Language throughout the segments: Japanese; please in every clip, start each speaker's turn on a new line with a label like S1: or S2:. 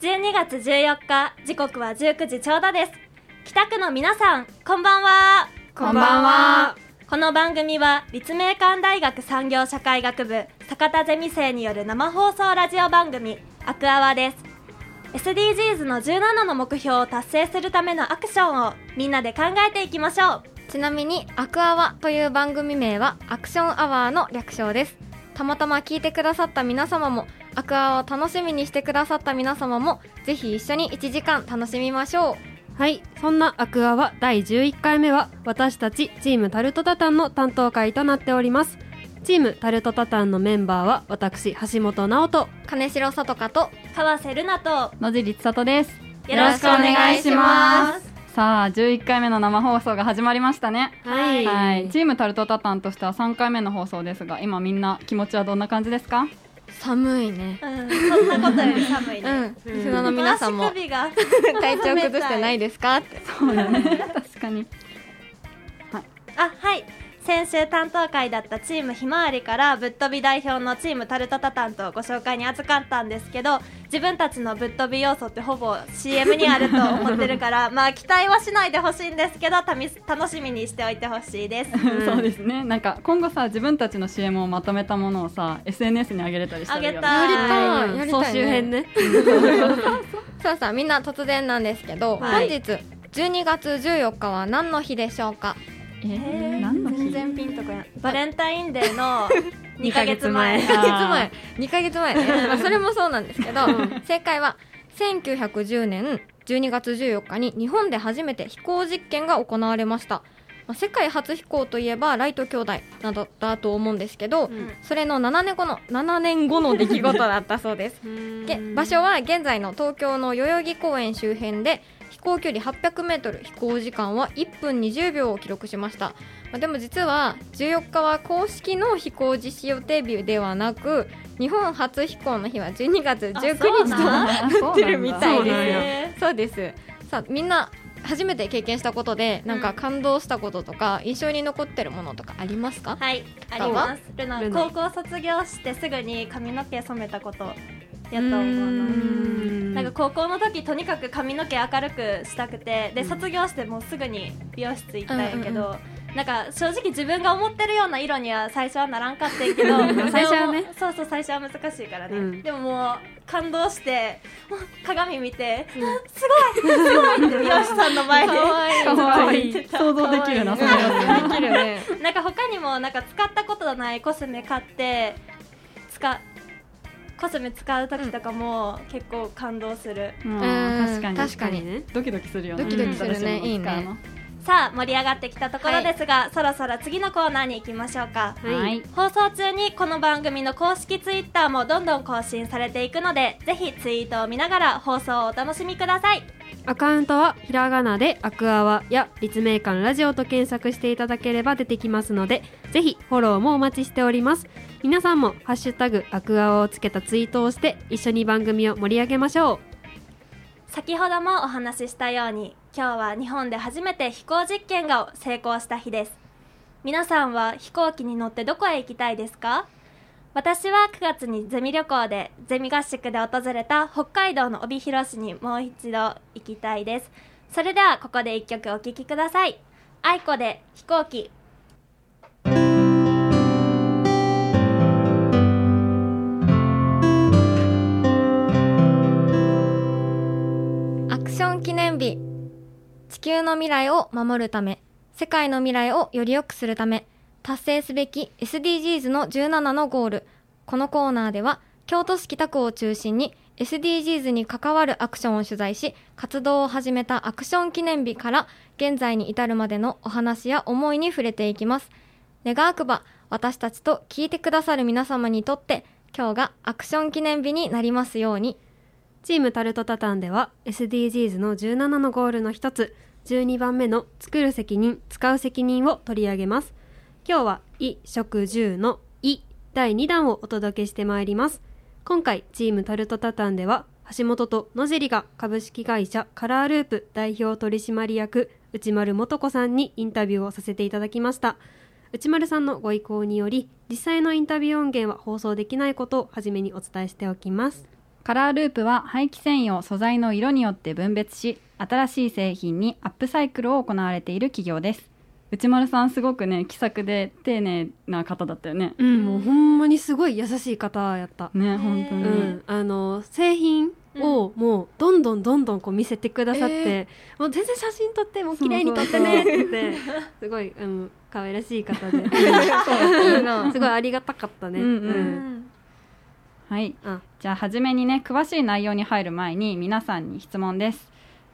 S1: 12月14日時刻は19時ちょうどです北区の皆さんこんばんは
S2: こんばんは
S1: この番組は立命館大学産業社会学部坂田ゼミ生による生放送ラジオ番組「アクアワです SDGs の17の目標を達成するためのアクションをみんなで考えていきましょう
S2: ちなみに「アクアワ」という番組名はアクションアワーの略称ですたまたま聞いてくださった皆様もアクアワを楽しみにしてくださった皆様もぜひ一緒に1時間楽しみましょう
S3: はいそんなアクアは第11回目は私たちチームタルトタタンの担当会となっておりますチームタルトタタンのメンバーは私橋本直人
S2: 金城さとかと
S1: 川瀬ルナと
S4: 野尻千里です
S2: よろしくお願いします
S4: さあ11回目の生放送が始まりましたね
S3: はい
S4: はい、チームタルトタタンとしては3回目の放送ですが今みんな気持ちはどんな感じですか
S2: 寒いね
S1: うん、そんなことより寒いね、
S2: うんリスナーの皆さんも
S1: 足首が
S2: 体調崩してないです かって
S4: そうだね 確かに
S1: あはい先週担当会だったチームひまわりからぶっ飛び代表のチームタルタタタンとご紹介に預かったんですけど自分たちのぶっ飛び要素ってほぼ CM にあると思ってるから まあ期待はしないでほしいんですけどたみ楽しみにしておいてほしいです
S4: そうですねなんか今後さ自分たちの CM をまとめたものをさ SNS に上げれたりしたらいいよね
S1: 上げ
S2: やりたいやりたいね
S3: 総集編ね
S2: さあさあみんな突然なんですけど、
S1: はい
S2: 本日12月14日は何の日でしょうか
S4: え何の日
S1: 全然ピンとこないバレンタインデーの2ヶ月
S4: 二
S1: 前
S4: ヶ
S2: 2
S4: あ
S2: ヶ
S4: ー
S2: 月前2ヶ月前ね、まあ、それもそうなんですけど正解は1910年12月14日に日本で初めて飛行実験が行われました、まあ、世界初飛行といえばライト兄弟などだと思うんですけど、
S3: ん
S2: それの7年後の7年後の出来事だったそうですげ場所は現在の東京の代々木公園周辺で飛行距離 800m 飛行時間は1分20秒を記録しました、まあ、でも実は14日は公式の飛行実施予定日ではなく日本初飛行の日は12月19日と
S1: あ
S2: なってるみたいです
S3: そうなんや
S1: え
S2: そうですさあみんな初めて経験したことでなん
S1: う
S2: か
S1: ん
S2: 感動したこととか印象に残ってるものとかありますか
S1: ー、はいありますルナ高校卒業してすぐに髪の毛染めたことやと思う
S2: う
S1: な
S2: ー
S3: ん
S1: なんか高校の時とにかく髪の毛明るくしたくてで卒業してもうすぐに美容室行ったんやけど、
S2: うんう
S1: なんか正直自分が思ってるような色には最初はならんかったんやけど
S3: 最初はね
S1: でもそうそう最初は難しいからね、
S3: うん
S1: でももう感動してもう鏡見て、すごいすごいって美容師さんの前で
S2: い
S4: かわいい
S1: 可愛い
S4: 想像できるなその様 子
S2: できるね
S1: なんか他にもなんか使ったことのないコスメ買って使コスメ使う時とかも結構感動する、
S4: う
S2: うんん
S4: 確かに
S2: 確かに
S3: ね
S4: ドキドキするよね
S2: ド
S1: キドキ
S2: するね
S4: うん
S2: いいね
S4: 新しもの
S1: さあ盛り上がってきたところですが、そろそろ次のコーナーに行きましょうか、
S4: 使うのはい
S1: 放送中にこの番組の公式ツイッターもどんどん更新されていくのでぜひツイートを見ながら放送をお楽しみください
S3: アカウントはひらがなで「アクアワ」や「立命館ラジオ」と検索していただければ出てきますのでぜひフォローもお待ちしております皆さんも「ハッシュタグアクアワ」をつけたツイートをして一緒に番組を盛り上げましょ
S1: 先ほどもお話ししたように今日は日本で初めて飛行実験が成功した日です皆さんは飛行機に乗ってどこへ行きたいですか私は9月にゼミ旅行でゼミ合宿で訪れた北海道の帯広市にもう一度行きたいですそれではここで一曲お聴きください愛子で飛行機
S2: アクション記念日地球の未来を守るため世界の未来をより良くするため達成すべき SDGs の17のゴールこのコーナーでは京都市北区を中心に SDGs に関わるアクションを取材し活動を始めたアクション記念日から現在に至るまでのお話や思いに触れていきます願わくば私たちと聞いてくださる皆様にとって今日がアクション記念日になりますように
S3: うチームタルトタタンでは SDGs の17のゴールの一つ12番目の「作る責任使う責任」を取り上げます今日は「衣食住」の「衣」第2弾をお届けしてまいります今回チームタルトタタンでは橋本と野尻が株式会社カラーループ代表取締役内丸素子さんにインタビューをさせていただきました内丸さんのご意向により実際のインタビュー音源は放送できないことを初めにお伝えしておきます
S4: カラーループは廃棄繊維を素材の色によって分別し新しい製品にアップサイクルを行われている企業です内丸さんすごくね気さくで丁寧な方だったよね
S3: うん、もうほんまにすごい優しい方やった。
S4: ね本当
S3: う
S4: に、
S1: へー
S3: ん、あの製品をもうどんどんどんどんこう見せてくださって、
S2: え
S3: もう全然写真撮ってもう綺麗に撮ってねって言ってすごい、うん、可愛らしい方でうんすごいありがたかったね。
S4: うんうん
S3: うん
S4: はい
S3: あ
S4: じゃあ初めにね詳しい内容に入る前に皆さんに質問です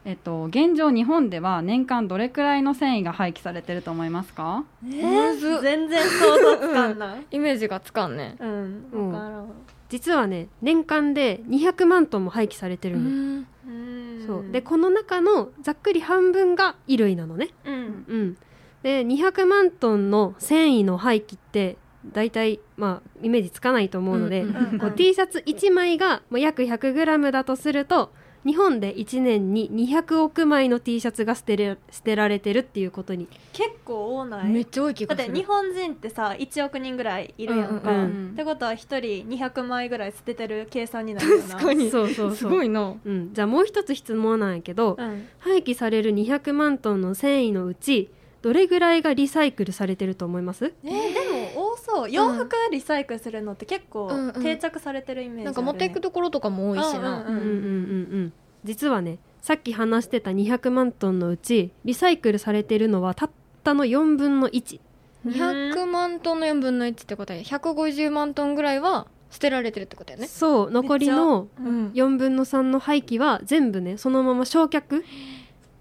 S4: えっと現状日本では年間どれくらいの繊維が廃棄されてると思いますか
S1: え
S2: むず
S1: ー、全然想像つかんない
S2: イメージがつかんね
S1: うん、
S3: うん
S1: わからん
S3: 実はね年間で200万トンも廃棄されて
S2: う
S3: るの、
S2: ん
S1: うん
S3: そうでこの中のざっくり半分が衣類なのね、
S1: うん
S3: うん、で200万トンの繊維の廃棄って大体まあイメージつかないと思うので、
S2: うんうん
S1: うん
S3: こう T シャツ1枚がもう約 100g だとすると日本で1年に200億枚の T シャツが捨てれ捨てられてるっていうことに
S1: 結構多な
S2: め
S1: い
S2: っちゃ多い気
S1: だ
S2: が
S1: っ
S2: す
S1: て
S2: る
S1: 日本人ってさ1億人ぐらいいるやんか、
S2: うんうん
S4: うん
S1: ってことは1人200枚ぐらい捨ててる計算になるよな
S2: 確かに
S3: そうそうそう
S2: すごいな
S3: うん、じゃあもう一つ質問なんやけど、
S1: うん、
S3: 廃棄される200万トンの繊維のうちどれぐらいがリサイクルされてると思います
S1: えーでも多そう洋服リサイクルするのって結構
S2: うんうん
S1: 定着されてるイメージある、ね、
S2: なんか持っていくところとかも多いし
S1: うんう
S2: なん
S3: うんうんうんうん実はねさっき話してた200万トンのうちリサイクルされてるのはたったの4分の1
S2: 200万トンの4分の1ってことは150万トンぐらいは捨てられてるってことやね
S3: そう残りの
S1: うん
S3: 4分の3の廃棄は全部ねそのまま焼却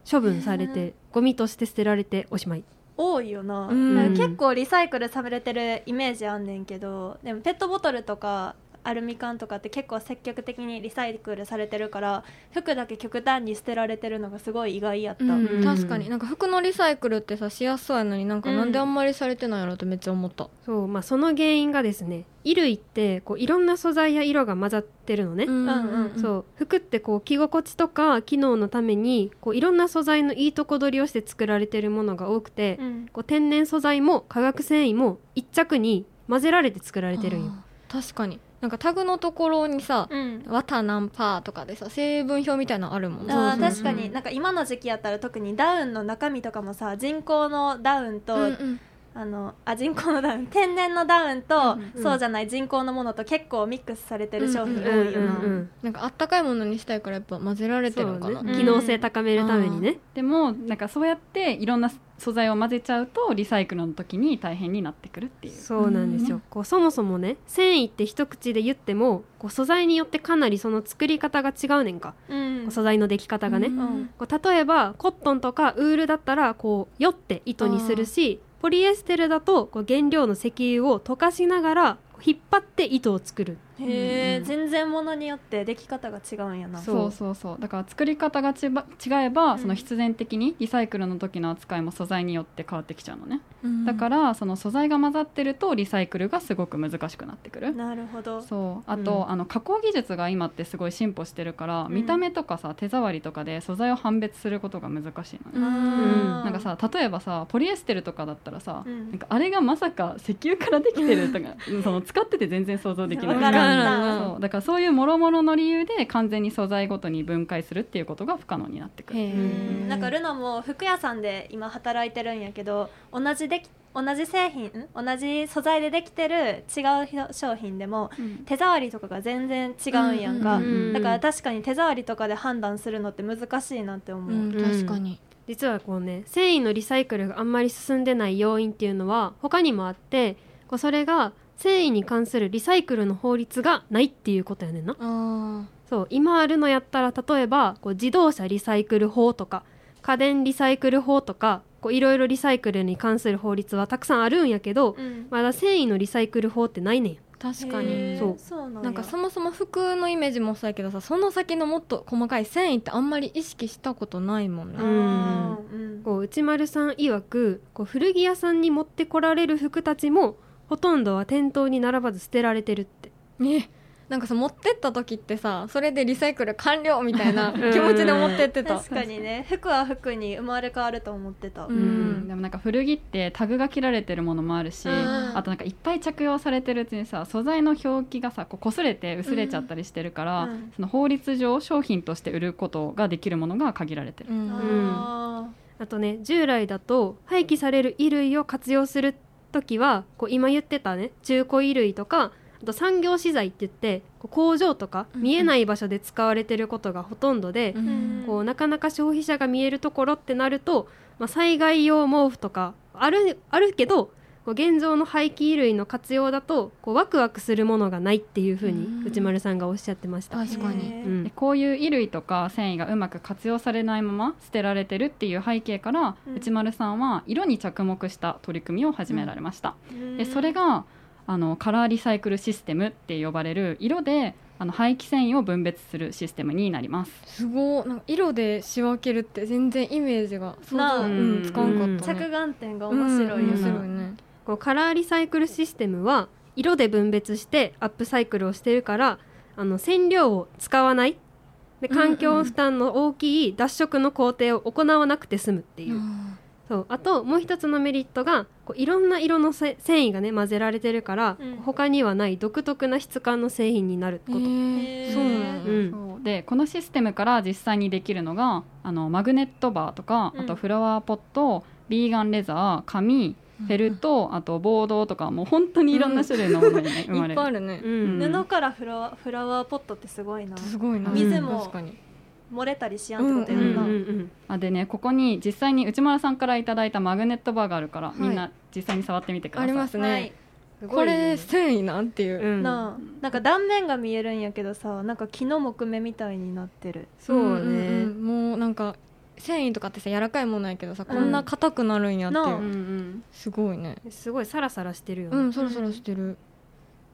S3: 処分されてゴミとして捨てられておしまい
S1: 多いよな、
S2: うん
S1: なんか結構リサイクルされてるイメージあんねんけどでもペットボトルとかアルミ缶とかって結構積極的にリサイクルされてるから服だけ極端に捨てられてるのがすごい意外やった、
S2: うん
S3: うん
S2: 確かになんか服のリサイクルってさしやすそうやのになんか
S1: うん
S2: なんであんまりされてないやろってめっちゃ思った、
S3: そうまあその原因がですね衣類ってこういろんな素材や色が混ざってるのね、
S2: ん
S1: うんうん
S3: そう服ってこう着心地とか機能のためにこういろんな素材のいいとこ取りをして作られてるものが多くて、
S1: うん
S3: こう天然素材も化学繊維も一着に混ぜられて作られてるんよ。
S2: あー確かになんかタグのところにさ
S1: うん
S2: 「わた何パー」とかでさ成分表みたいなのあるもんね
S1: あー
S3: そうそうそ
S1: 確
S3: う
S1: かになんか今の時期やったら特にダウンの中身とかもさ人工のダウンと、
S2: うんうん
S1: あのあ人工のダウン天然のダウンと、
S4: うん
S3: うん
S1: そうじゃない人工のものと結構ミックスされてる商品
S2: うん
S1: 多いよな、
S3: うんうん
S2: なんかあったかいものにしたいからやっぱ混ぜられてるのかな、
S3: そう
S1: ね
S3: ね、機能性高めるためにね、
S4: でもなんかそうやっていろんな素材を混ぜちゃうとリサイクルの時に大変になってくるっていう
S3: そうなんですよ、
S4: うん
S3: こうそもそもね繊維って一口で言ってもこう素材によってかなりその作り方が違うねんか、
S1: うん
S3: こう素材のでき方がね、
S2: うん
S1: うん
S3: こう例えばコットンとかウールだったらこうよって糸にするしポリエステルだとこう原料の石油を溶かしながらこう引っ張って糸を作る
S1: へえ、
S4: うん
S1: 全然ものによって出来方が違うんやな
S3: そう
S4: そうそうそうだから作り方がちば違えば、
S1: うん
S4: その必然的にリサイクルの時の扱いも素材によって変わってきちゃうのね、
S2: うん
S4: だからその素材が混ざってるとリサイクルがすごく難しくなってくる
S1: なるほど
S4: そうあと、
S3: うん
S4: あの加工技術が今ってすごい進歩してるから、
S1: ん
S4: 見た目とかさ手触りとかで素材を判別することが難しいのね、
S1: あー
S4: なんかさ例えばさポリエステルとかだったらさ、
S1: うん
S4: なんかあれがまさか石油からできてる とかその使ってて全然想像できない
S1: わからんな
S4: そうだからそういうもろもろの理由で完全に素材ごとに分解するっていうことが不可能になってくる
S2: へ
S1: うん
S2: ー
S1: なんかルナも服屋さんで今働いてるんやけど同じでき同じ製品ん同じ素材でできてる違うひ商品でも
S4: うん
S1: 手触りとかが全然違うんやんか、
S2: う
S1: だから確かに手触りとかで判断するのって難しいなって思う、
S2: うん、確かに、
S3: 実はこうね繊維のリサイクルがあんまり進んでない要因っていうのは他にもあってこうそれが繊維に関するリサイクルの法律がないっていうことやねんな
S2: あ
S3: そう今あるのやったら例えばこう自動車リサイクル法とか家電リサイクル法とかこういろいろリサイクルに関する法律はたくさんあるんやけど、
S1: うん
S3: まだ繊維のリサイクル法ってないねん
S2: あ確かに
S1: へー
S3: そう
S1: そうなんや
S2: なんかそもそも服のイメージもそうやけどさその先のもっと細かい繊維ってあんまり意識したことないもんね、
S1: あーうん
S3: こう内丸さん曰くこう古着屋さんに持ってこられる服たちもほとんどは店頭に並ばず捨てられてるって
S2: えなんかさ持ってった時ってさそれでリサイクル完了みたいな気持ちで持ってってた
S1: 確かにね服は服に生まれ変わると思ってた、
S2: う
S4: うんん、でもなんか古着ってタグが切られてるものもあるし、
S2: うん
S4: あとなんかいっぱい着用されてるうちにさ素材の表記がさこう擦れて薄れちゃったりしてるから、
S1: うんうん
S4: その法律上商品として売ることができるものが限られてる、
S2: うん
S1: あ
S3: あとね従来だと廃棄される衣類を活用する時はこう今言ってたね中古衣類とかあと産業資材って言ってこう工場とか
S2: うんうん
S3: 見えない場所で使われてることがほとんどで、
S2: うん
S3: こうなかなか消費者が見えるところってなると、まあ、災害用毛布とかあるあるけどこう現状の廃棄衣類の活用だとこうワクワクするものがないっていうふう
S2: うん
S3: に内丸さんがおっしゃってました。
S2: 確かに、
S1: へ
S3: う
S1: ー
S4: で
S3: ん
S4: こういう衣類とか繊維がうまく活用されないまま捨てられてるっていう背景から、
S1: うん
S4: 内丸さんは色に着目した取り組みを始められました、
S1: うん
S4: でそれがあのカラーリサイクルシステムって呼ばれる色であの廃棄繊維を分別するシステムになります
S2: すごいなんか色で仕分けるって全然イメージが想
S1: な
S2: 像、
S1: あ
S2: うん、つかんかった、ね
S1: 着眼点が面白いよ
S2: うん面
S1: な、
S2: 白いね
S3: こうカラーリサイクルシステムは色で分別してアップサイクルをしてるからあの染料を使わないで
S2: うんうん
S3: 環境負担の大きい脱色の工程を行わなくて済むっていう,、そうあともう一つのメリットがこういろんな色のせ繊維がね混ぜられてるから、
S1: うん
S3: 他にはない独特な質感の製品になるってこ
S2: え
S3: と、
S1: へー
S2: そうなんだ、
S3: うん
S4: そうでこのシステムから実際にできるのがあのマグネットバーとか
S1: うん
S4: あとフラワーポット、ビーガンレザー紙フェルト、あとボードとかもう本当にいろんな種類のものにね、生ま
S2: い
S4: れ
S2: っぱいあ
S4: る。
S2: るね、
S3: うん
S4: うん
S1: 布からフラワーフラワーポットってすごいな
S2: すごいな
S1: 水も
S2: 確かに
S1: 漏れたりしやんってことや
S3: うん
S1: ん
S3: う
S1: な、
S3: んうん
S4: あでねここに実際に内村さんからいただいたマグネットバーがあるから、
S2: はい
S4: みんな実際に触ってみてくださ
S2: あ
S4: い。
S2: りますね、
S1: はい
S2: これ繊維なんていう、
S3: うん
S1: なあなんか断面が見えるんやけどさなんか木の木目みたいになってる
S3: そうね、
S2: んうんうんもうなんか繊維とかってさ柔らかいものやけどさ
S1: うん
S2: こんな硬くなるんやっていう、
S1: なあ
S3: うん
S2: すごいね
S3: うんすごいサラサラしてるよね、
S2: うんそろそろしてる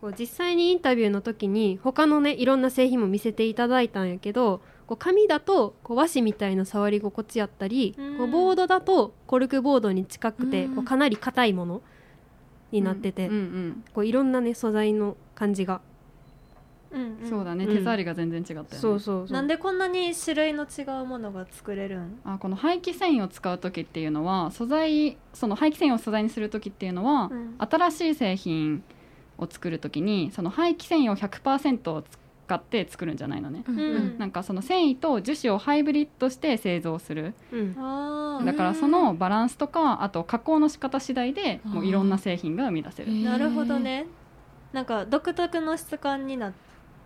S3: こう実際にインタビューの時に他のねいろんな製品も見せていただいたんやけどこう紙だとこう和紙みたいな触り心地やったり、
S1: うん
S3: こうボードだとコルクボードに近くて、
S2: うん
S3: こうかなり硬いものになってて、
S4: うんうん
S3: こういろんなね素材の感じが、
S1: うんうん
S4: そうだね、
S3: うん
S4: 手触りが全然違ったよね。
S3: そうそうそう
S1: なんでこんなに種類の違うものが作れるん
S4: あこの廃棄繊維を使う時っていうのは素材その廃棄繊維を素材にする時っていうのは、
S1: うん
S4: 新しい製品を作る時にその廃棄繊維を100%使って作るんじゃないのね、
S2: うん
S1: うん
S4: なんかその繊維と樹脂をハイブリッドして製造する
S3: うん
S1: あ
S4: だ
S1: あ
S4: からそのバランスとかあと加工の仕方次第で
S2: うん
S4: もういろんな製品が生み出せる、
S2: へー
S1: なるほどねなんか独特の質感になっ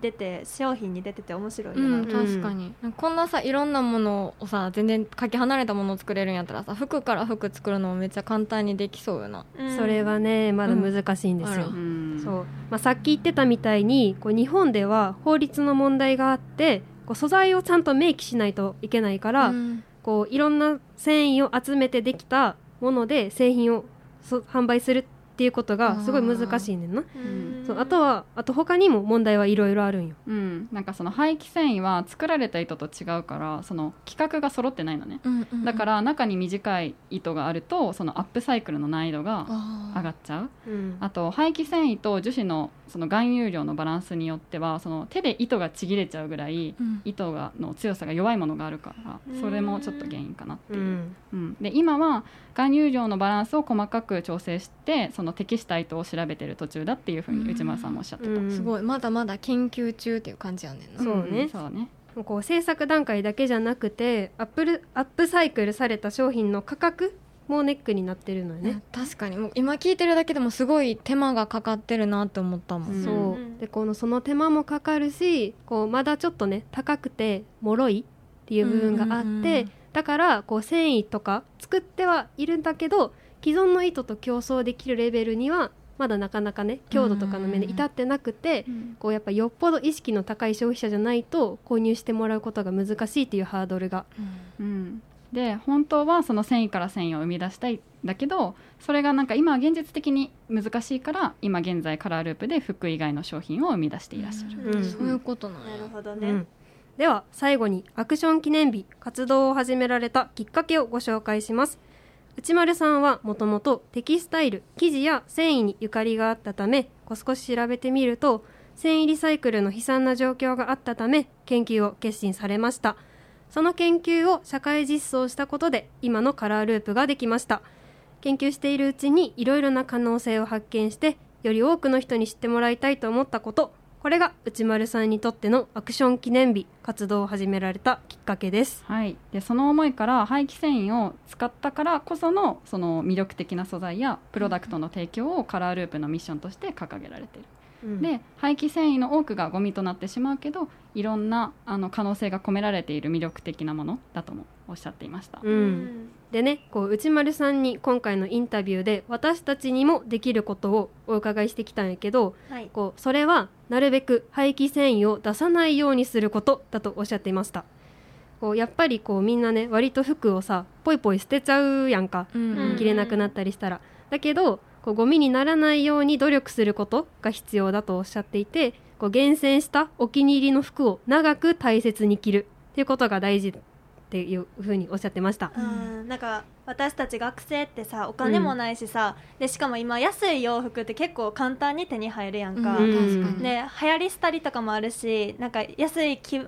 S1: てて商品に出てて面白いよ
S2: う
S1: な、
S2: ん、確かになんかこんなさいろんなものをさ全然かけ離れたものを作れるんやったらさ服から服作るのもめっちゃ簡単にできそうよな
S1: うん
S3: それはねまだ難しいんです
S2: うんあら
S3: よ、
S4: ん
S3: そうまあ、さっき言ってたみたいにこう日本では法律の問題があってこう素材をちゃんと明記しないといけないから、
S2: うん
S3: こういろんな繊維を集めてできたもので製品をそ販売するっていうことがすごい難しいねんな
S1: うん
S3: そうあとはあと他にも問題はいろいろあるんよ
S4: うん、なんかその廃棄繊維は作られた糸と違うからその規格が揃ってないのね
S2: うんうん
S4: だから中に短い糸があるとそのアップサイクルの難易度が
S2: あー
S4: 上がっちゃう
S3: うん
S4: あと廃棄繊維と樹脂のその含有量のバランスによってはその手で糸がちぎれちゃうぐらい
S2: うん
S4: 糸がの強さが弱いものがあるから
S1: うん
S4: それもちょっと原因かなって
S3: う
S4: いう、
S3: ん
S4: うんで今は含有量のバランスを細かく調整してその適した糸を調べてる途中だっていうふう
S2: うん
S4: に内村さんもおっしゃってた、
S3: うん
S2: すごいまだまだ研究中っていう感じやねんな
S3: そうね
S4: んそうね
S3: こう制作段階だけじゃなくてアップルアップサイクルされた商品の価格もネックになってるのよね、
S2: 確かにもう今聞いてるだけでもすごい手間がかかってるなって思ったもん、
S4: うん
S3: そううんでこのその手間もかかるしこうまだちょっとね高くて脆いっていう部分があっ
S2: う
S3: て、
S2: んうんうん
S3: だからこう繊維とか作ってはいるんだけど既存の糸と競争できるレベルにはまだなかなかね強度とかの面で至ってなくて、こうやっぱよっぽど意識の高い消費者じゃないと購入してもらうことが難しいっていうハードルが、
S4: うん、で本当はその繊維から繊維を生み出したいだけどそれがなんか今現実的に難しいから今現在カラーループで服以外の商品を生み出していらっしゃる、
S3: うん
S2: そういうことなん
S1: な
S2: や
S1: るほど
S3: う
S1: ね
S3: んでは最後にアクション記念日活動を始められたきっかけをご紹介します内丸さんはもともとテキスタイル生地や繊維にゆかりがあったためこう少し調べてみると繊維リサイクルの悲惨な状況があったため研究を決心されましたその研究を社会実装したことで今のカラーループができました研究しているうちにいろいろな可能性を発見してより多くの人に知ってもらいたいと思ったことこれが内丸さんにとってのアクション記念日活動を始められたきっかけです
S4: はい、でその思いから廃棄繊維を使ったからこそのその魅力的な素材やプロダクトの提供をカラーループのミッションとして掲げられている、で廃棄繊維の多くがゴミとなってしまうけどいろんなあの可能性が込められている魅力的なものだともおっしゃっていました、
S3: うんでねこう内丸さんに今回のインタビューで私たちにもできることをお伺いしてきたんやけど
S1: はい、
S3: こうそれはなるべく廃棄繊維を出さないようにすることだとおっしゃっていましたこうやっぱりこうみんなね割と服をさポイポイ捨てちゃうやんか
S2: うん
S1: うん
S3: 着れなくなったりしたら、だけどこうゴミにならないように努力することが必要だとおっしゃっていてこう厳選したお気に入りの服を長く大切に着るっていうことが大事っていうふうにおっしゃってました
S1: うん、なんか私たち学生ってさお金もないしさ、でしかも今安い洋服って結構簡単に手に入るやんか、
S3: うん
S1: ね、流行りしたりとかもあるしなんか安いき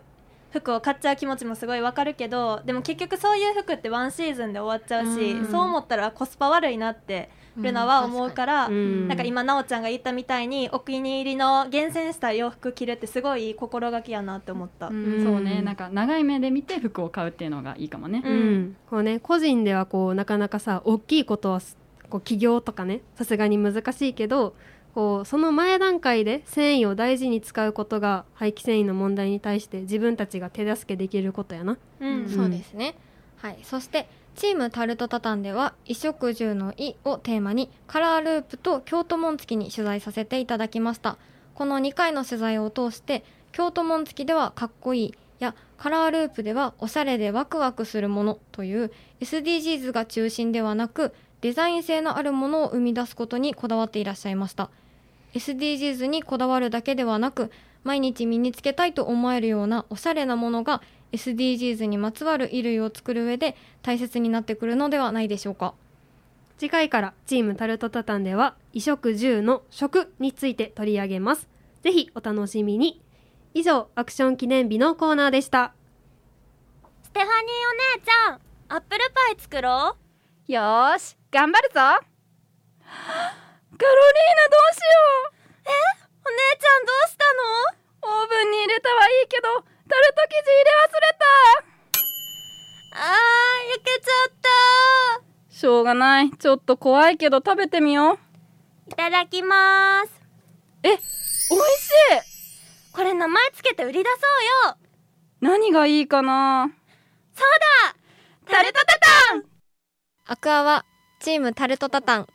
S1: 服を買っちゃう気持ちもすごいわかるけどでも結局そういう服ってワンシーズンで終わっちゃうし、
S2: うん
S1: そう思ったらコスパ悪いなってルナは思うから、
S3: うん
S1: なんか今奈緒ちゃんが言ったみたいにお気に入りの厳選した洋服着るってすごい心がけやなって思った。
S4: うんそうねなんか長い目で見て服を買うっていうのがいいかもね、
S1: う
S3: うんん、こうね個人ではこうなかなかさ大きいことはすこう起業とかねさすがに難しいけどこうその前段階で繊維を大事に使うことが廃棄繊維の問題に対して自分たちが手助けできることやな。
S1: う
S2: うんそうですね、はい、そしてチームタルトタタンでは「衣食住の衣」をテーマにカラーループと京都紋付きに取材させていただきましたこの2回の取材を通して京都紋付きではかっこいいやカラーループではおしゃれでワクワクするものという SDGs が中心ではなくデザイン性のあるものを生み出すことにこだわっていらっしゃいました SDGs にこだわるだけではなく毎日身につけたいと思えるようなおしゃれなものが SDGs にまつわる衣類を作る上で大切になってくるのではないでしょうか
S3: 次回からチームタルトタタンでは衣食住の食について取り上げます。ぜひお楽しみに。以上、アクション記念日のコーナーでした。
S5: ステファニーお姉ちゃんアップルパイ作ろう
S6: よーし頑張るぞカロリーナどうしよう
S5: お姉ちゃんどうしたの
S6: オーブンに入れたはいいけどタルト生地入れ忘れた
S5: あー焼けちゃっ
S6: しょうがないちょっと怖いけど食べてみよう
S5: たいただきます
S6: え美味しい
S5: これ名前つけて売り出そうよ
S6: 何がいいかな
S5: タルトタタン
S2: アクアはチームタルトタタン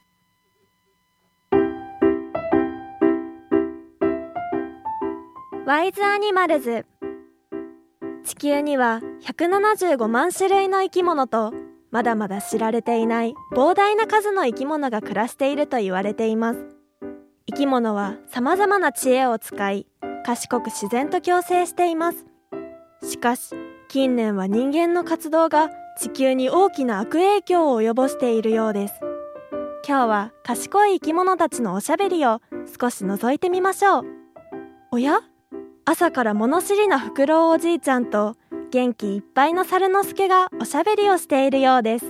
S1: ワイズアニマルズ地球には175万種類の生き物とまだまだ知られていない膨大な数の生き物が暮らしていると言われています生き物は様々な知恵を使い賢く自然と共生していますしかし近年は人間の活動が地球に大きな悪影響を及ぼしているようです今日は賢い生き物たちのおしゃべりを少し覗いてみましょうおや朝から物知りなフクロウおじいちゃんと元気いっぱいの猿之助がおしゃべりをしているようです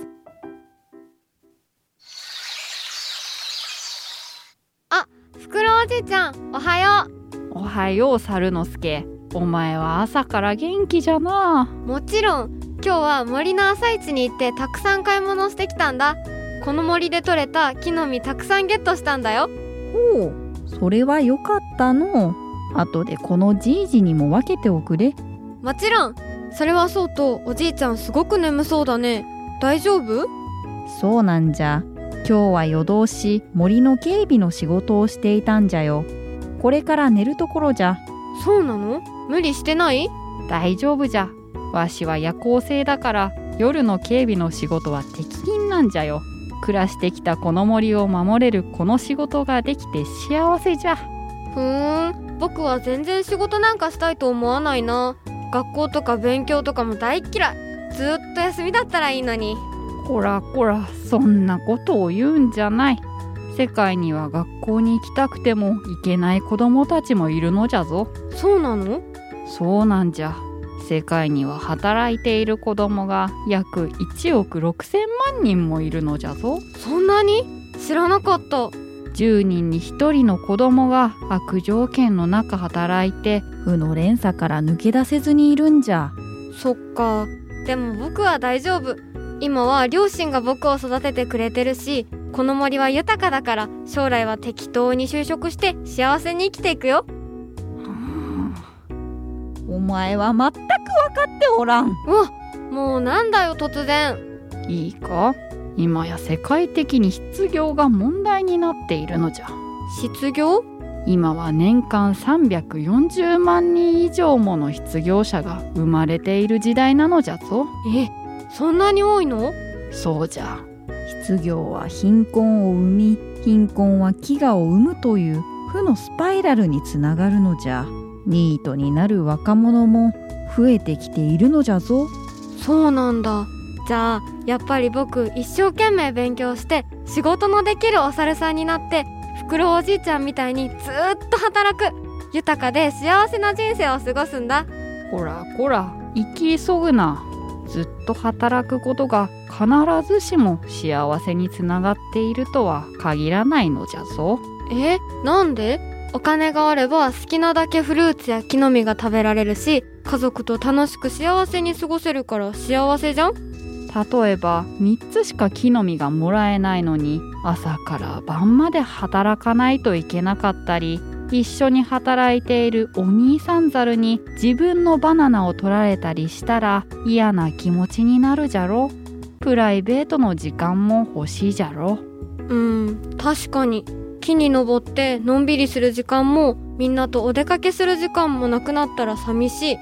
S2: フクロウおじいちゃんおはよ
S6: おはよう猿之助お前は朝から元気じゃな
S2: うもちろん今日は森の朝市に行ってたくさん買い物してきたんだこの森で採れた木の実たくさんゲットしたんだよ
S7: ほうそれはよかったの後でこのじいじにも分けておくれ
S2: もちろんそれはそうとおじいちゃんすごく眠そうだね大丈夫
S7: そうなんじゃ今日は夜通し森の警備の仕事をしていたんじゃよこれから寝るところじゃ
S2: そうなの無理してない
S6: 大丈夫じゃわしは夜行性だから夜の警備の仕事は適任なんじゃよ暮らしてきたこの森を守れるこの仕事ができて幸せじゃ
S2: ふーん僕は全然仕事なんかしたいと思わないな学校とか勉強とかも大っ嫌いずーっと休みだったらいいのに
S6: こらこらそんなことを言うんじゃない
S4: 世界には学校に行きたくても行けない子供たちもいるのじゃぞ
S2: そうなの
S4: そうなんじゃ世界には働いている子供が約1億6,000万人もいるのじゃぞ
S2: そんなに知らなかった
S4: 10人に1人の子供が悪条件の中働いて
S8: 負の連鎖から抜け出せずにいるんじゃ
S2: そっかでも僕は大丈夫今は両親が僕を育ててくれてるしこの森は豊かだから将来は適当に就職して幸せに生きていくよ
S8: お前は全く分かっておらん
S2: うわもうなんだよ突然
S4: いいか今や世界的に失業が問題になっているのじゃ
S2: 失業
S4: 今は年間340万人以上もの失業者が生まれている時代なのじゃぞ
S2: えそんなに多いの
S4: そうじゃ
S8: 失業は貧困を生み貧困は飢餓を生むという負のスパイラルにつながるのじゃニートになる若者も増えてきているのじゃぞ
S2: そうなんだじゃあやっぱり僕一生懸命勉強して仕事のできるお猿さんになってフクロウおじいちゃんみたいにずーっと働く豊かで幸せな人生を過ごすんだ
S4: こらこら生き急ぐなずっと働くことが必ずしも幸せにつながっているとは限らないのじゃぞ
S2: えなんでお金があれば好きなだけフルーツや木の実が食べられるし家族と楽しく幸せに過ごせるから幸せじゃん
S4: 例えば3つしか木の実がもらえないのに朝から晩まで働かないといけなかったり一緒に働いているお兄さんザルに自分のバナナを取られたりしたら嫌な気持ちになるじゃろプライベートの時間も欲しいじゃろ
S2: うん確かに木に登ってのんびりする時間もみんなとお出かけする時間もなくなったら寂しい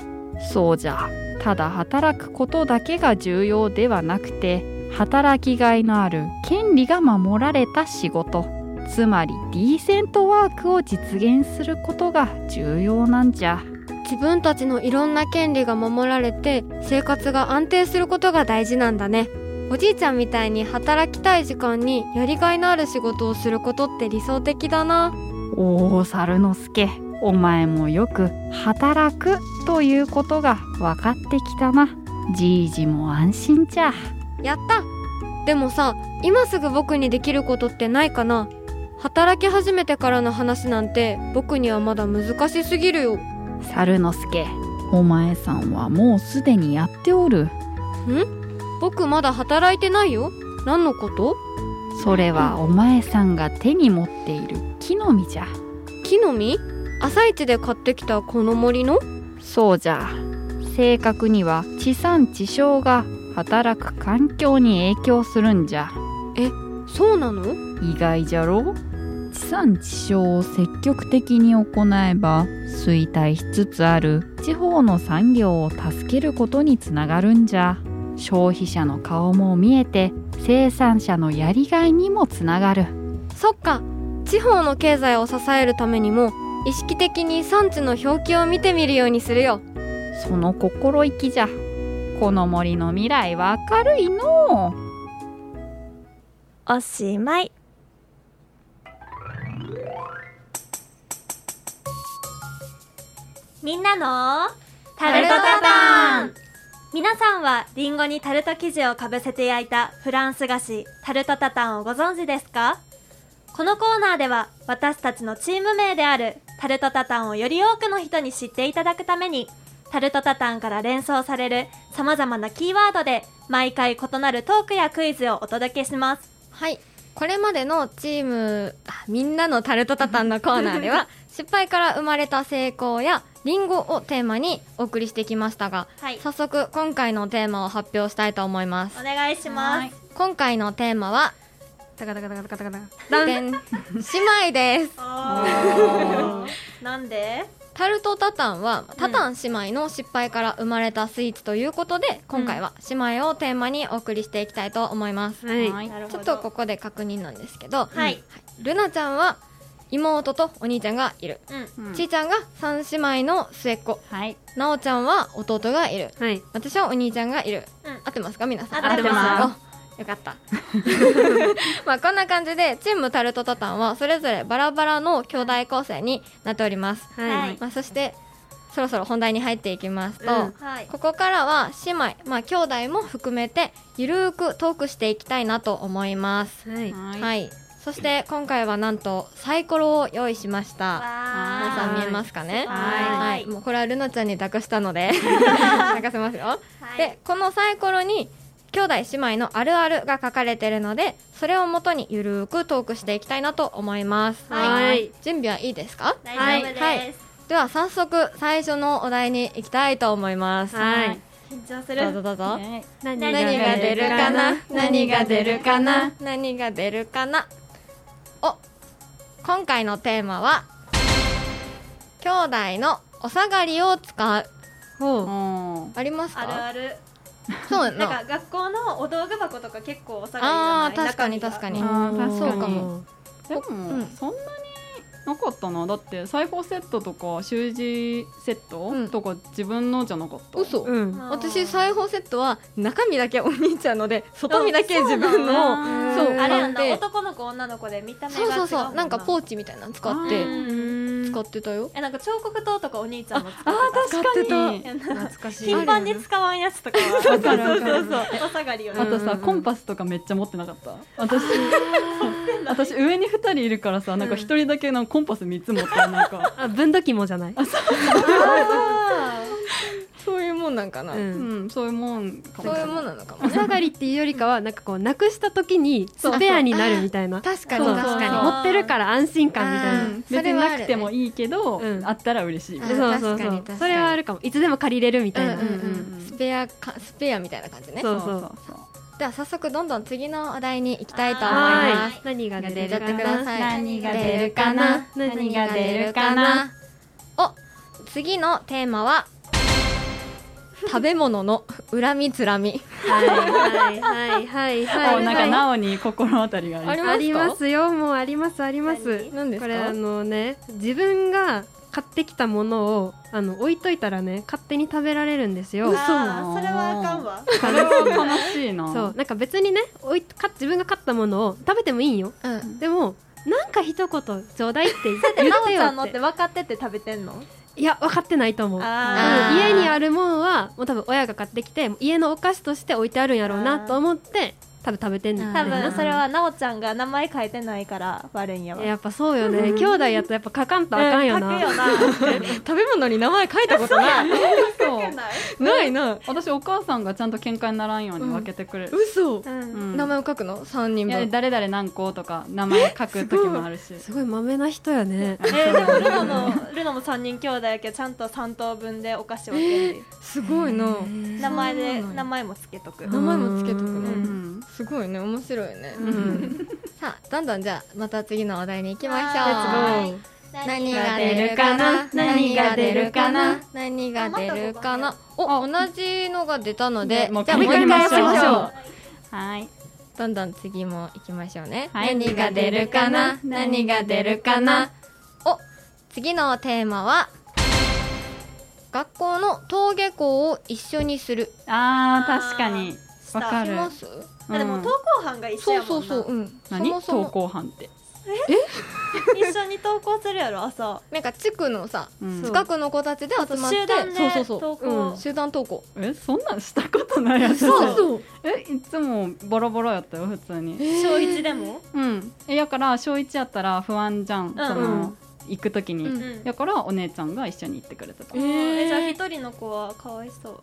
S4: そうじゃただ働くことだけが重要ではなくて働きがいのある権利が守られた仕事つまりディーセントワークを実現することが重要なんじゃ
S2: 自分たちのいろんな権利が守られて生活が安定することが大事なんだねおじいちゃんみたいに働きたい時間にやりがいのある仕事をすることって理想的だな
S4: おお猿之助お前もよく働くということが分かってきたなじいじも安心じゃ
S2: やったでもさ今すぐ僕にできることってないかな働き始めてからの話なんて僕にはまだ難しすぎるよ
S4: 猿之助
S8: お前さんはもうすでにやっておる
S2: 僕まだ働いてないよ何のこと
S4: それはお前さんが手に持っている木の実じゃ
S2: 木の実朝市で買ってきたこの森の
S4: そうじゃ正確には地産地消が働く環境に影響するんじゃ
S2: そうなの
S4: 意外じゃろ
S8: 地産地消を積極的に行えば衰退しつつある地方の産業を助けることにつながるんじゃ
S4: 消費者の顔も見えて生産者のやりがいにもつながる
S2: そっか地方の経済を支えるためにも意識的に産地の表記を見てみるようにするよ
S4: その心意気じゃこの森の未来は明るいのう
S1: おしまいみんなのタルトタタン皆さんはリンゴにタルト生地をかぶせて焼いたフランス菓子タルトタタンをご存知ですかこのコーナーでは私たちのチーム名であるタルトタタンをより多くの人に知っていただくためにタルトタタンから連想される様々なキーワードで毎回異なるトークやクイズをお届けします
S2: はいこれまでのチームあみんなのタルトタタンのコーナー では失敗から生まれた成功やリンゴをテーマにお送りしてきましたが、
S1: はい
S2: 早速今回のテーマを発表したいと思います
S1: お願いします
S2: 今回のテーマは
S3: タカタカタカタカタカ
S2: 「
S3: タ
S2: でん姉妹」です
S1: おーなんで
S2: タルトタタンはタタン姉妹の失敗から生まれたスイーツということで、今回は姉妹をテーマにお送りしていきたいと思います、
S3: はい
S1: なるほ
S2: ちょ
S1: ど
S2: っとここで確認なんですけど、
S1: はい
S2: ルナちゃんは妹とお兄ちゃんがいる、
S1: うん
S4: うん
S2: ちーちゃんが三姉妹の末っ子
S4: はい
S2: なおちゃんは弟がいる
S3: はい
S2: 私はお兄ちゃんがいる、
S1: うん
S2: 合ってますか皆さん
S1: 合
S3: ってます
S2: すよかった まあこんな感じでチームタルトタタンはそれぞれバラバラの兄弟構成になっております、
S3: はい
S2: まあ、そしてそろそろ本題に入っていきますと、
S3: うん
S1: はい
S2: ここからは姉妹まあ兄弟も含めてゆるーくトークしていきたいなと思います
S3: はい
S2: はい、
S4: い。
S2: そして今回はなんとサイコロを用意しました皆さ
S1: わ
S2: ん見えますかね
S1: はい
S2: もうこれはルナちゃんに託した ので任せますよ
S1: ーはい
S2: でこのサイコロに兄弟姉妹のあるあるが書かれてるのでそれをもとにゆるーくトークしていきたいなと思います
S1: はい
S3: はい
S2: 準備はいいですか
S1: 大丈夫です、
S2: はいでは早速最初のお題に行きたいと思います
S3: はい
S1: 緊張する
S2: どうぞどうぞ
S4: ね
S3: 何
S1: 何
S2: 何が出るかな何が出るかな何が出るかなお今回のテーマは兄弟のお下がりを使う
S3: ほう
S4: うん
S2: あります
S1: ある
S2: か
S1: ある
S2: そうやん
S1: な
S2: な
S1: か
S2: ん
S1: 学校のお道具箱とか結構お下が
S2: あ
S1: り
S2: ー
S1: じゃない
S2: 確かに確かに
S4: あー
S2: そう
S4: 確
S2: か
S4: かに
S2: も
S4: でも、
S2: うん
S4: そんなになかったなだって裁縫セットとか習字セッ
S2: うん
S4: トとか自分のじゃなかった、
S2: 嘘
S3: うん
S2: 私裁縫セットは中身だけお兄ちゃんので外身だけ自分の
S1: の
S2: そう
S1: あれやん
S2: 買
S1: な
S2: って
S1: 男の子女の子で見た目が違
S2: そううそうそ
S1: も
S2: うなんかポ
S1: ー
S2: ーチみたいなの使って
S3: うん
S2: 使ってたよ
S1: えなんか彫刻刀とかお兄ちゃんも使って
S4: 確かに
S1: たやんな
S3: 懐かし
S1: 頻繁に使わんやつとかはそうそうそうそうお下がりよ
S4: あ
S1: ね
S4: とさ、コンパスとかめっちゃ持ってなかった 私私上に2人いるからさなんか1人だけなんかコンパス3つ持ってるなんか、
S3: あ分度器もじゃな い
S2: そう いうもんなんかな
S3: うん
S4: うん、そういうもんか
S2: そ
S4: も
S2: う
S4: し
S2: い
S4: れ
S2: うも
S4: なんい
S2: なのかも
S3: お下がりっていうよりかはなんかこうなくした時にスペアになるみたいな
S2: 確か
S3: そう
S2: に
S3: そ
S2: 確
S3: うそう
S2: か
S3: 持ってるから安心感みたいな
S2: あーそ
S4: 別
S2: れ
S4: に
S2: はあるね
S4: なくてもいいけどあ,、
S3: うん
S4: ったら嬉しい
S2: あ
S3: そうそう
S2: 確か
S3: そ
S2: に確
S3: う
S2: かに
S3: それはあるかもいつでも借りれるみたいな、
S2: うんうん
S4: うんうん
S2: にスペアかスペアみたいな感じね
S3: そうそう
S4: そう
S2: では早速どんどん次のお題に行きたいと思いま
S3: は
S2: す
S3: い何が出る
S2: やっ
S3: か
S2: てくだ
S3: な
S2: さい
S1: 何が
S2: 出るかな
S3: 何
S2: が出るかなお次のテーマは食べ物の恨みつらみ
S3: はいはいはいはい
S4: おなんかなおに心当たりがあ
S2: あ
S4: る
S2: り
S3: あ
S2: ます
S3: り
S2: か
S3: ますよもうありますあります
S2: 何です
S3: これあ
S2: か
S3: のね自分が買ってきたものをあの置いといたらね勝手に食べられるんですよ
S1: あーそれはあかんわ
S4: それは悲しいな
S3: そうなんか別にねおいか自分が買ったものを食べてもいいんよ
S2: うん
S3: でもなんか一言ちょうだいって言っ
S1: だってて
S3: よ
S1: なおちゃんの
S3: っ
S1: って
S3: て
S1: 分かってて食べてんの
S3: いや分かってないと思う
S1: あ
S2: ー
S3: うん家にあるもんはもう多分親が買ってきて家のお菓子として置いてあるんやろうなと思って多分食べてんねん
S1: 多
S2: あ
S1: 分
S2: ー
S1: それはなおちゃんが名前変えてないから悪いんやわ
S3: やっぱそうよね兄弟やとやっぱ書かんとあかんよな、
S1: うん書くよな
S2: 食べ物に名前書いたことない
S4: そう
S2: ないな
S4: 私お母さんがちゃんと喧嘩にならんように分けてくれる、
S1: う
S2: 嘘
S1: ん
S4: うん
S2: 名前を書くの三人
S4: いや
S2: 分
S4: 誰々何個とか名前書く時もあるし
S3: すごいまめな人やね
S1: えーでもルノのルノも三人兄弟やけどちゃんと三等分でお菓子を置いてる
S2: すごいな
S1: 名前で名前もつけとく
S2: 名前もつけとくの
S1: うん
S4: うん
S2: すごいね面白いね
S3: うん
S2: さあどんどんじゃあまた次のお題に行きまし
S1: は
S2: ょう
S1: い
S2: 何が出るかな何が出るかな何が出るかなお同じのが出たので
S4: ねもう
S2: じゃあもう一回
S4: 繰り返
S2: や
S4: しましょう
S2: りましょう
S4: はい
S2: どんどん次も行きましょうね、
S4: はい
S2: 何が出るかな何が出るかなお次のテーマは学校の登下校を一緒にする
S4: あー確かに
S1: した
S4: わか
S2: し
S4: る
S2: ます
S1: あでも
S4: うん
S1: 登校班が一緒
S2: そ
S1: や
S2: う
S1: も
S2: そうん
S1: な
S2: そううん
S4: 何
S2: そも
S4: 登
S2: そも
S4: 校班って
S1: 一緒に登校するやろ朝
S2: なんか地区のさ
S4: うん
S2: 近くの子たちで集まって
S1: 集団
S2: そう
S1: で
S2: そうそう
S1: 登校
S2: 集団登校
S4: えそんなんしたことないやつ
S2: そう
S4: えいつもボロボロやったよ普通に
S1: 小一でも
S4: うんえやから小1やったら不安じゃん、その行く時に、
S2: うん
S1: うん
S4: やからお姉ちゃんが一緒に行ってくれてた、
S1: えじゃあ一人の子はかわいそう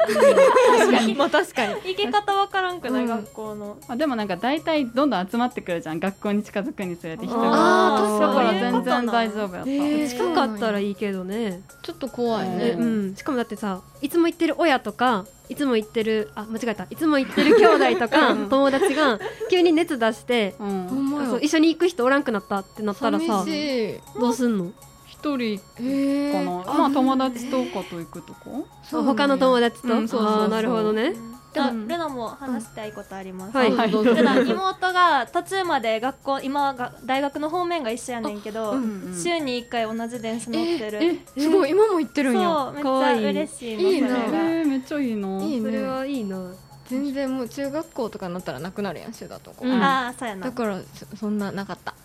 S2: 確かにまあ確かに
S1: 行き方わからんくない
S2: うん
S1: 学校の
S4: あでもなんか大体どんどん集まってくるじゃん学校に近づくにつれて人が
S2: あ
S3: ー
S2: ー
S4: だ
S2: 確
S4: か
S2: からに
S4: 全然大丈夫やった、
S2: へー
S3: 近かったらいいけどね、
S2: ちょっと怖い
S3: え
S2: ね
S3: う、ん、しかもだってさいつも行ってる親とかいつも行ってるあ間違えたいつも行ってる兄弟とか友達が急に熱出して
S4: うん
S2: ほんま
S3: そう
S2: よ
S3: 一緒に行く人おらんくなったってなったら
S2: 寂
S3: さ
S2: しい
S3: どうすんの
S4: 一人
S2: えー
S4: かな、まあ友達とかと行くとか、
S2: そうなんや
S3: 他の友達と、
S4: うんそうそうそう
S3: あーなるほどね
S1: あルナも話したいことあります
S3: はい
S4: はい
S2: どうぞ
S1: ただ妹が途中まで学校今が大学の方面が一緒やねんけど、
S4: ん
S1: 週に1回同じ電車乗ってる、
S2: えすごい今も言ってるんや
S1: そうめっちゃ嬉しいの
S2: いいな
S1: そ
S4: え
S1: れが
S4: ーめっちゃいいない
S2: い
S3: それ
S2: ね
S3: はいいな
S2: 全然もう中学校とかになったらなくなるやん修だとこ、
S3: うん
S1: ああそうやな
S2: だからそそんななかった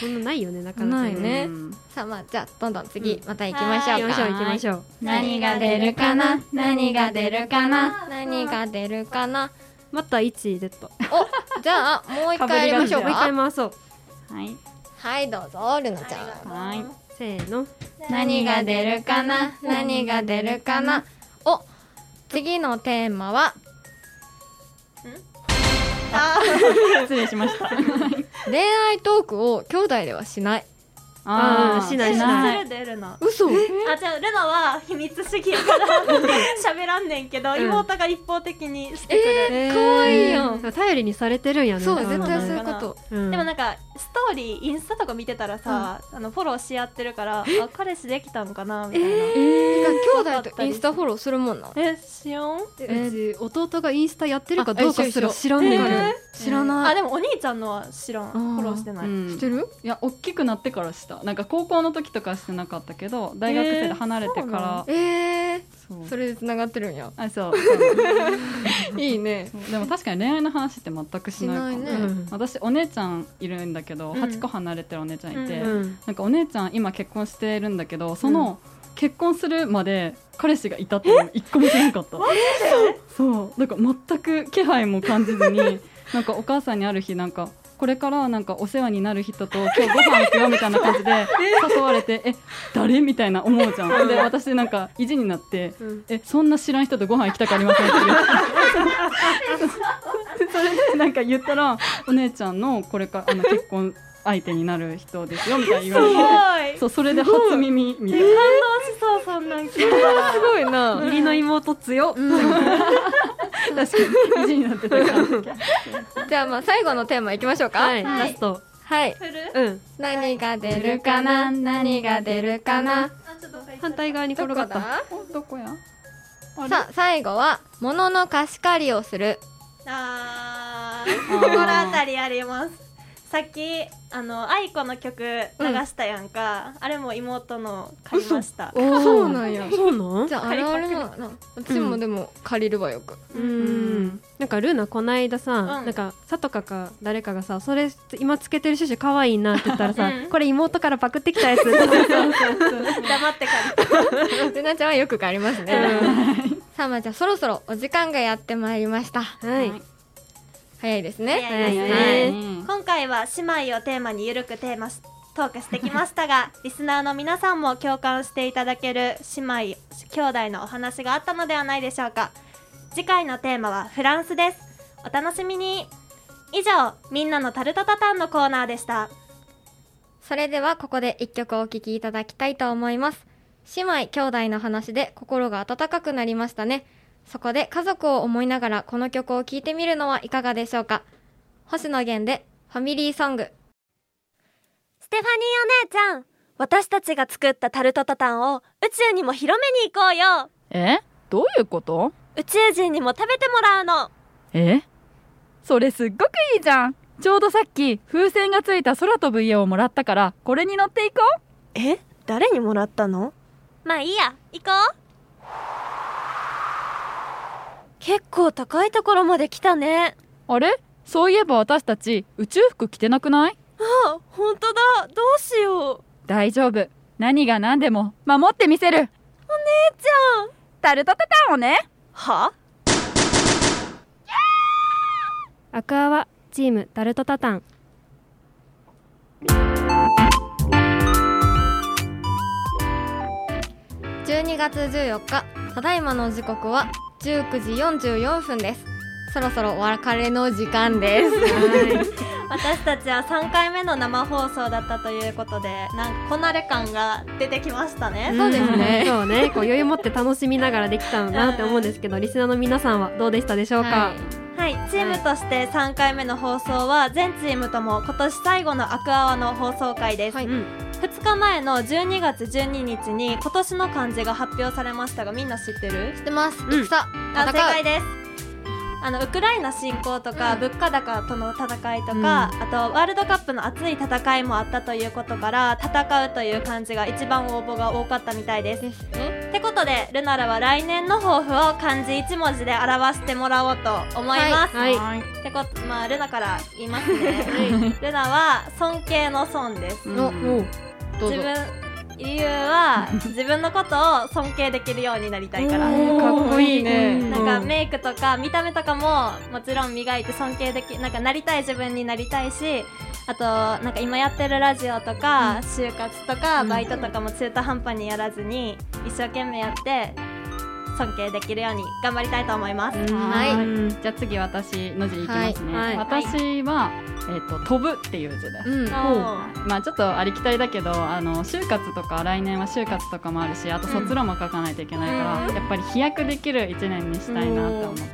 S3: そんなないよねなかなか
S2: ないね
S4: うん
S2: さあまあじゃあどんどん次、また行きましょう
S3: 行
S2: か
S3: きましょう行きましょう
S2: 何が出るかな何が出るかな何が出るかな
S3: また1でっと
S2: じゃあもう一回やりましょう
S3: もう一回
S2: か
S3: 回そう
S4: はい
S2: はいどうぞルナちゃん
S4: はい
S3: せーの
S2: 何が出るかな何が出るかなお次のテーマは
S4: 失礼しました
S2: 恋愛トークを兄弟ではしない
S3: あー
S4: ー
S3: しない
S1: 出
S3: しな
S1: る出るの
S2: 嘘
S1: あじゃあルナは秘密主義やから 喋らんねんけど、
S3: ん
S1: 妹が一方的にしてくる、
S2: えー、かわいいやん
S3: でも頼りにされてるんやね
S2: そう
S3: 多分
S2: 絶対そう
S1: そ
S2: いううこと
S3: うん
S1: でもなんかストーリーインスタとか見てたらさ、あのフォローし合ってる からあ彼氏できたんかなみたいな
S2: てか兄弟とインスタフォローするもんな
S1: えしよん
S3: えうち弟がインスタやってるかどうかす
S2: あ一緒一緒
S3: ら知らんねん
S2: わかる
S3: ね
S2: 知ら
S1: あ
S2: ない
S1: でもお兄ちゃんのは知らん
S2: あー
S1: フォローしてな
S4: う
S1: い、
S4: ん
S2: 知ってる
S4: いや大きくなってからしたなんか高校の時とかはしてなかったけど大学生で離れてから、
S2: えー、
S4: そう
S2: それでつながってるんや
S4: あそうそう
S2: いいね
S4: そうでも確かに恋愛の話って全くしないかも
S2: しないね
S3: うん
S4: 私お姉ちゃんいるんだけど、
S1: うん
S4: 8個離れてるお姉ちゃんいて、
S3: うん
S4: なんかお姉ちゃん今結婚してるんだけどその、結婚するまで彼氏がいたっていうの一個も知らなかったそうそうなんか全く気配も感じずになんかお母さんにある日なんかこれからなんかお世話になる人 と今日ご飯行くよみたいな感じで誘われてえ誰みたいな思うじゃんで私なんか意地になって、
S3: うん
S4: えそんな知らん人とご飯行きたくありませんって言ってそれでなんか言ったらお姉ちゃんのこれからあの結婚相手になる人ですよみたいな言われてそうそれで初耳みたいな
S1: そうそんなん聞い
S2: すごいな
S3: 義理の妹強っ
S4: 確かに意地になってたから
S2: じゃあまあ最後のテーマいきましょうか
S3: はいラスト
S2: はい
S3: うん
S2: 何が出るかな何が出るかな
S3: 反対側に
S2: ど
S3: 転
S2: こ
S3: が
S2: だ
S3: った
S4: どこや
S2: さあ最後は物の貸し借りをする
S1: あー心当たりありますさっきあの愛子の曲流したやんか、あれも妹の借りました
S2: そうなんや
S3: そうなん
S2: じゃああるあるなな私もでも借りるわよく
S3: うーんなんかルーナこないださ、
S1: うん
S3: なんかさとかか誰かがさそれ今つけてるシュシュ可愛いなって言ったらさ、
S1: うん
S3: これ妹からパクってきたやつ う
S1: 黙って借り
S2: ルナちゃんはよく借りますねさあまあじゃあそろそろお時間がやってまいりました
S3: んはい
S2: 早いです
S1: た
S2: ね
S3: はい
S1: は
S3: はいい
S1: 今回は姉妹をテーマにゆるくテーマしトークしてきまし たがリスナーの皆さんも共感していただける姉妹兄弟のお話があったのではないでしょうか次回のテーマはフランスですお楽しみに以上みんなのタルトタタンのコーナーでした
S2: それではここで一曲お聴きいただきたいと思います姉妹兄弟の話で心が温かくなりましたねそこで家族を思いながらこの曲を聴いてみるのはいかがでしょうか星野源でファミリーソング
S5: ステファニーお姉ちゃん私たちが作ったタルトタタンを宇宙にも広めに行こうよ
S6: えどういうこと
S5: 宇宙人にも食べてもらうの
S6: えそれすっごくいいじゃんちょうどさっき風船がついた空飛ぶ家をもらったからこれに乗っていこう
S5: え誰にもらったのまあいいや行こう結構高いところまで来たね
S6: あれそういえば私たち宇宙服着てなくない
S5: あ本当だどうしよう
S6: 大丈夫何が何でも守ってみせるお姉ち
S5: ゃ
S6: んタルトタタンをね
S5: は
S3: アクアはチームタルトタタン
S2: 12月14日ただいまの時刻は19時44分ですそろそろお別れの時間です
S1: 私たちは3回目の生放送だったということでなんかこなれ感が出てきましたね、
S2: そうですね
S3: んそうねこう余裕持って楽しみながらできたなって思うんですけどリスナーの皆さんはどうでしたでしょうか、
S2: はい
S1: はいチームとして3回目の放送は全チームとも今年最後のアクアワの放送回です、
S2: はい
S3: うん
S1: 2日前の12月12日に今年の漢字が発表されましたがみんな知ってる
S2: 知ってます
S3: ん
S2: 戦う
S1: あ正解ですあのウクライナ侵攻とか物価高との戦いとか、あとワールドカップの熱い戦いもあったということから戦うという感じが一番応募が多かったみたいです。
S2: ですね。
S1: ってことでルナらは来年の抱負を漢字1文字で表してもらおうと思います。
S3: はい
S4: はい
S1: ってことまあルナから言います ね。ルナは尊敬の尊です。
S2: の
S4: うん
S2: どう
S1: 自。
S2: ぞ
S1: 分理由は自分のことを尊敬できるようになりたいから
S4: かっこいいね。
S1: なんかメイクとか見た目とかももちろん磨いて尊敬できなんかなりたい自分になりたいしあとなんか今やってるラジオとか、就活とかバイトとかも中途半端にやらずに一生懸命やって尊敬できるように頑張りたいと思います。
S2: はい
S4: はい。じゃあ次私の字いきますね。
S3: はい
S4: 私は、えっ、と飛ぶっていう字です。
S2: うん。
S4: まあちょっとありきたりだけどあの就活とか来年は就活とかもあるしあと卒論も書かないといけないから、やっぱり飛躍できる1年にしたいなと思って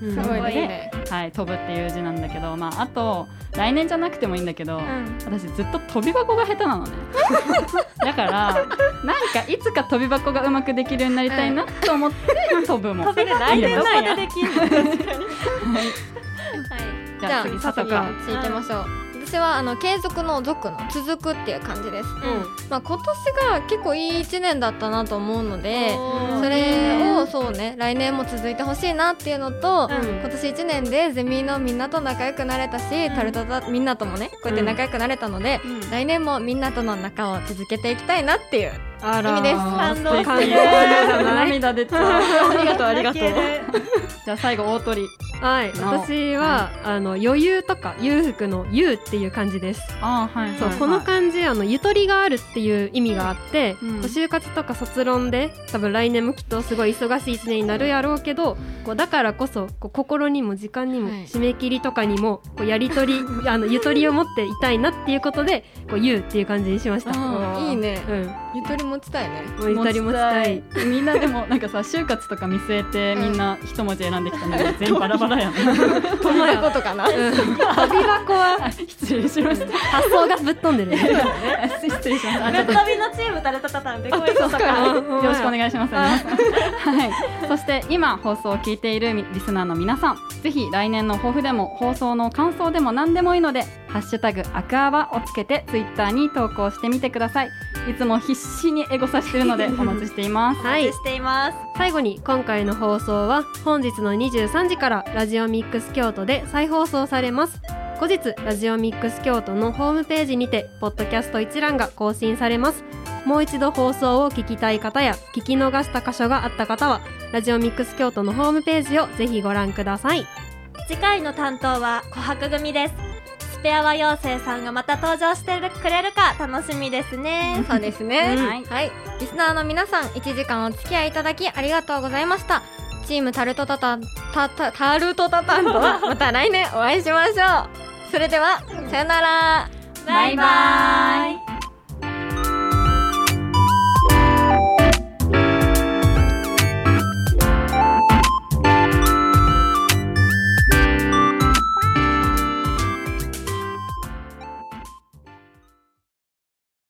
S3: うん
S2: すごい
S4: で
S2: ね。
S4: はい、飛ぶっていう字なんだけど、まあ、あと来年じゃなくてもいいんだけど、
S1: ん
S4: 私ずっと飛び箱が下手なのねだからなんかいつか飛び箱がうまくできるようになりたいなと思って飛ぶも
S1: 飛び箱
S4: いいね
S1: ど
S4: ど
S1: こ
S4: こで
S1: でできるの確かに。はい
S4: じ
S2: じ
S4: ゃ
S2: ゃ
S4: あ
S2: あ
S4: 次
S2: 次
S4: 佐
S2: 佐
S4: 藤
S2: 藤
S4: 君
S2: 君ついてましょう。私はあの継続の続の続くっていう感じです。まあ今年が結構いい一年だったなと思うので。
S1: おー
S2: それをそうね来年も続いてほしいなっていうのと、
S1: うん
S2: 今年1年でゼミのみんなと仲良くなれたし、
S1: ん
S2: タルトだみんなともねこうやって仲良くなれたので、
S1: うん
S2: 来年もみんなとの仲を続けていきたいなっていう
S3: あら
S2: 意味です
S1: 感動
S3: 感動
S1: す
S3: じ
S1: る
S3: ゃない
S4: 涙出ちゃうありがとうありがとう
S1: 泣ける
S4: じゃあ最後大鳥
S3: はい
S4: なお
S3: 私はあの余裕とか裕福の裕っていう感じです
S4: ああはい
S3: そうこの感じあのゆとりがあるっていう意味があって、
S4: うん
S3: 就活とか卒論で多分来年もきっとすごい忙しい1年になるやろうけどこうだからこそこう心にも時間にも
S2: はい
S3: 締め切りとかにもこうやりとりあのゆとりを持っていたいなっていうことでこう言うっていう感じにしました。
S4: あー
S2: いいね
S3: うん、
S2: ゆとり持ちたいね
S3: もうゆとり持ちたい。
S4: みんなでもなんかさ就活とか見据えて
S2: うん
S4: みんな一文字選んできたので全員バラバラやね
S2: そういうこと かな、
S3: 飛び箱は
S4: 失礼しました
S3: 発想がぶっ飛んでるね。
S1: ぶっ
S4: 失礼しましたあちょっと
S1: 飛びのチームタルタタタンってこういうことか。
S4: よろしくお願いします。はい。そして今放送を聞いているリスナーの皆さん、ぜひ来年の抱負でも放送の感想でも何でもいいので、ハッシュタグアクアバをつけてツイッターに投稿してみてください。いつも必死にエゴサしているのでお待ちしています。
S1: お
S3: は
S1: 待
S3: い
S1: ち。しています。
S3: 最後に今回の放送は本日の23時からラジオミックス京都で再放送されます後日ラジオミックス京都のホームページにてポッドキャスト一覧が更新されますもう一度放送を聞きたい方や聞き逃した箇所があった方はラジオミックス京都のホームページをぜひご覧ください
S1: 次回の担当は琥珀組ですスペアは妖精さんがまた登場してくれるか楽しみですね
S2: そうですね、
S4: うん
S2: はい、はいリスナーの皆さん1時間お付き合いいただきありがとうございましたチームタルトタタンタタタルトタタン とはまた来年お会いしましょうそれではさよなら
S1: バイバイ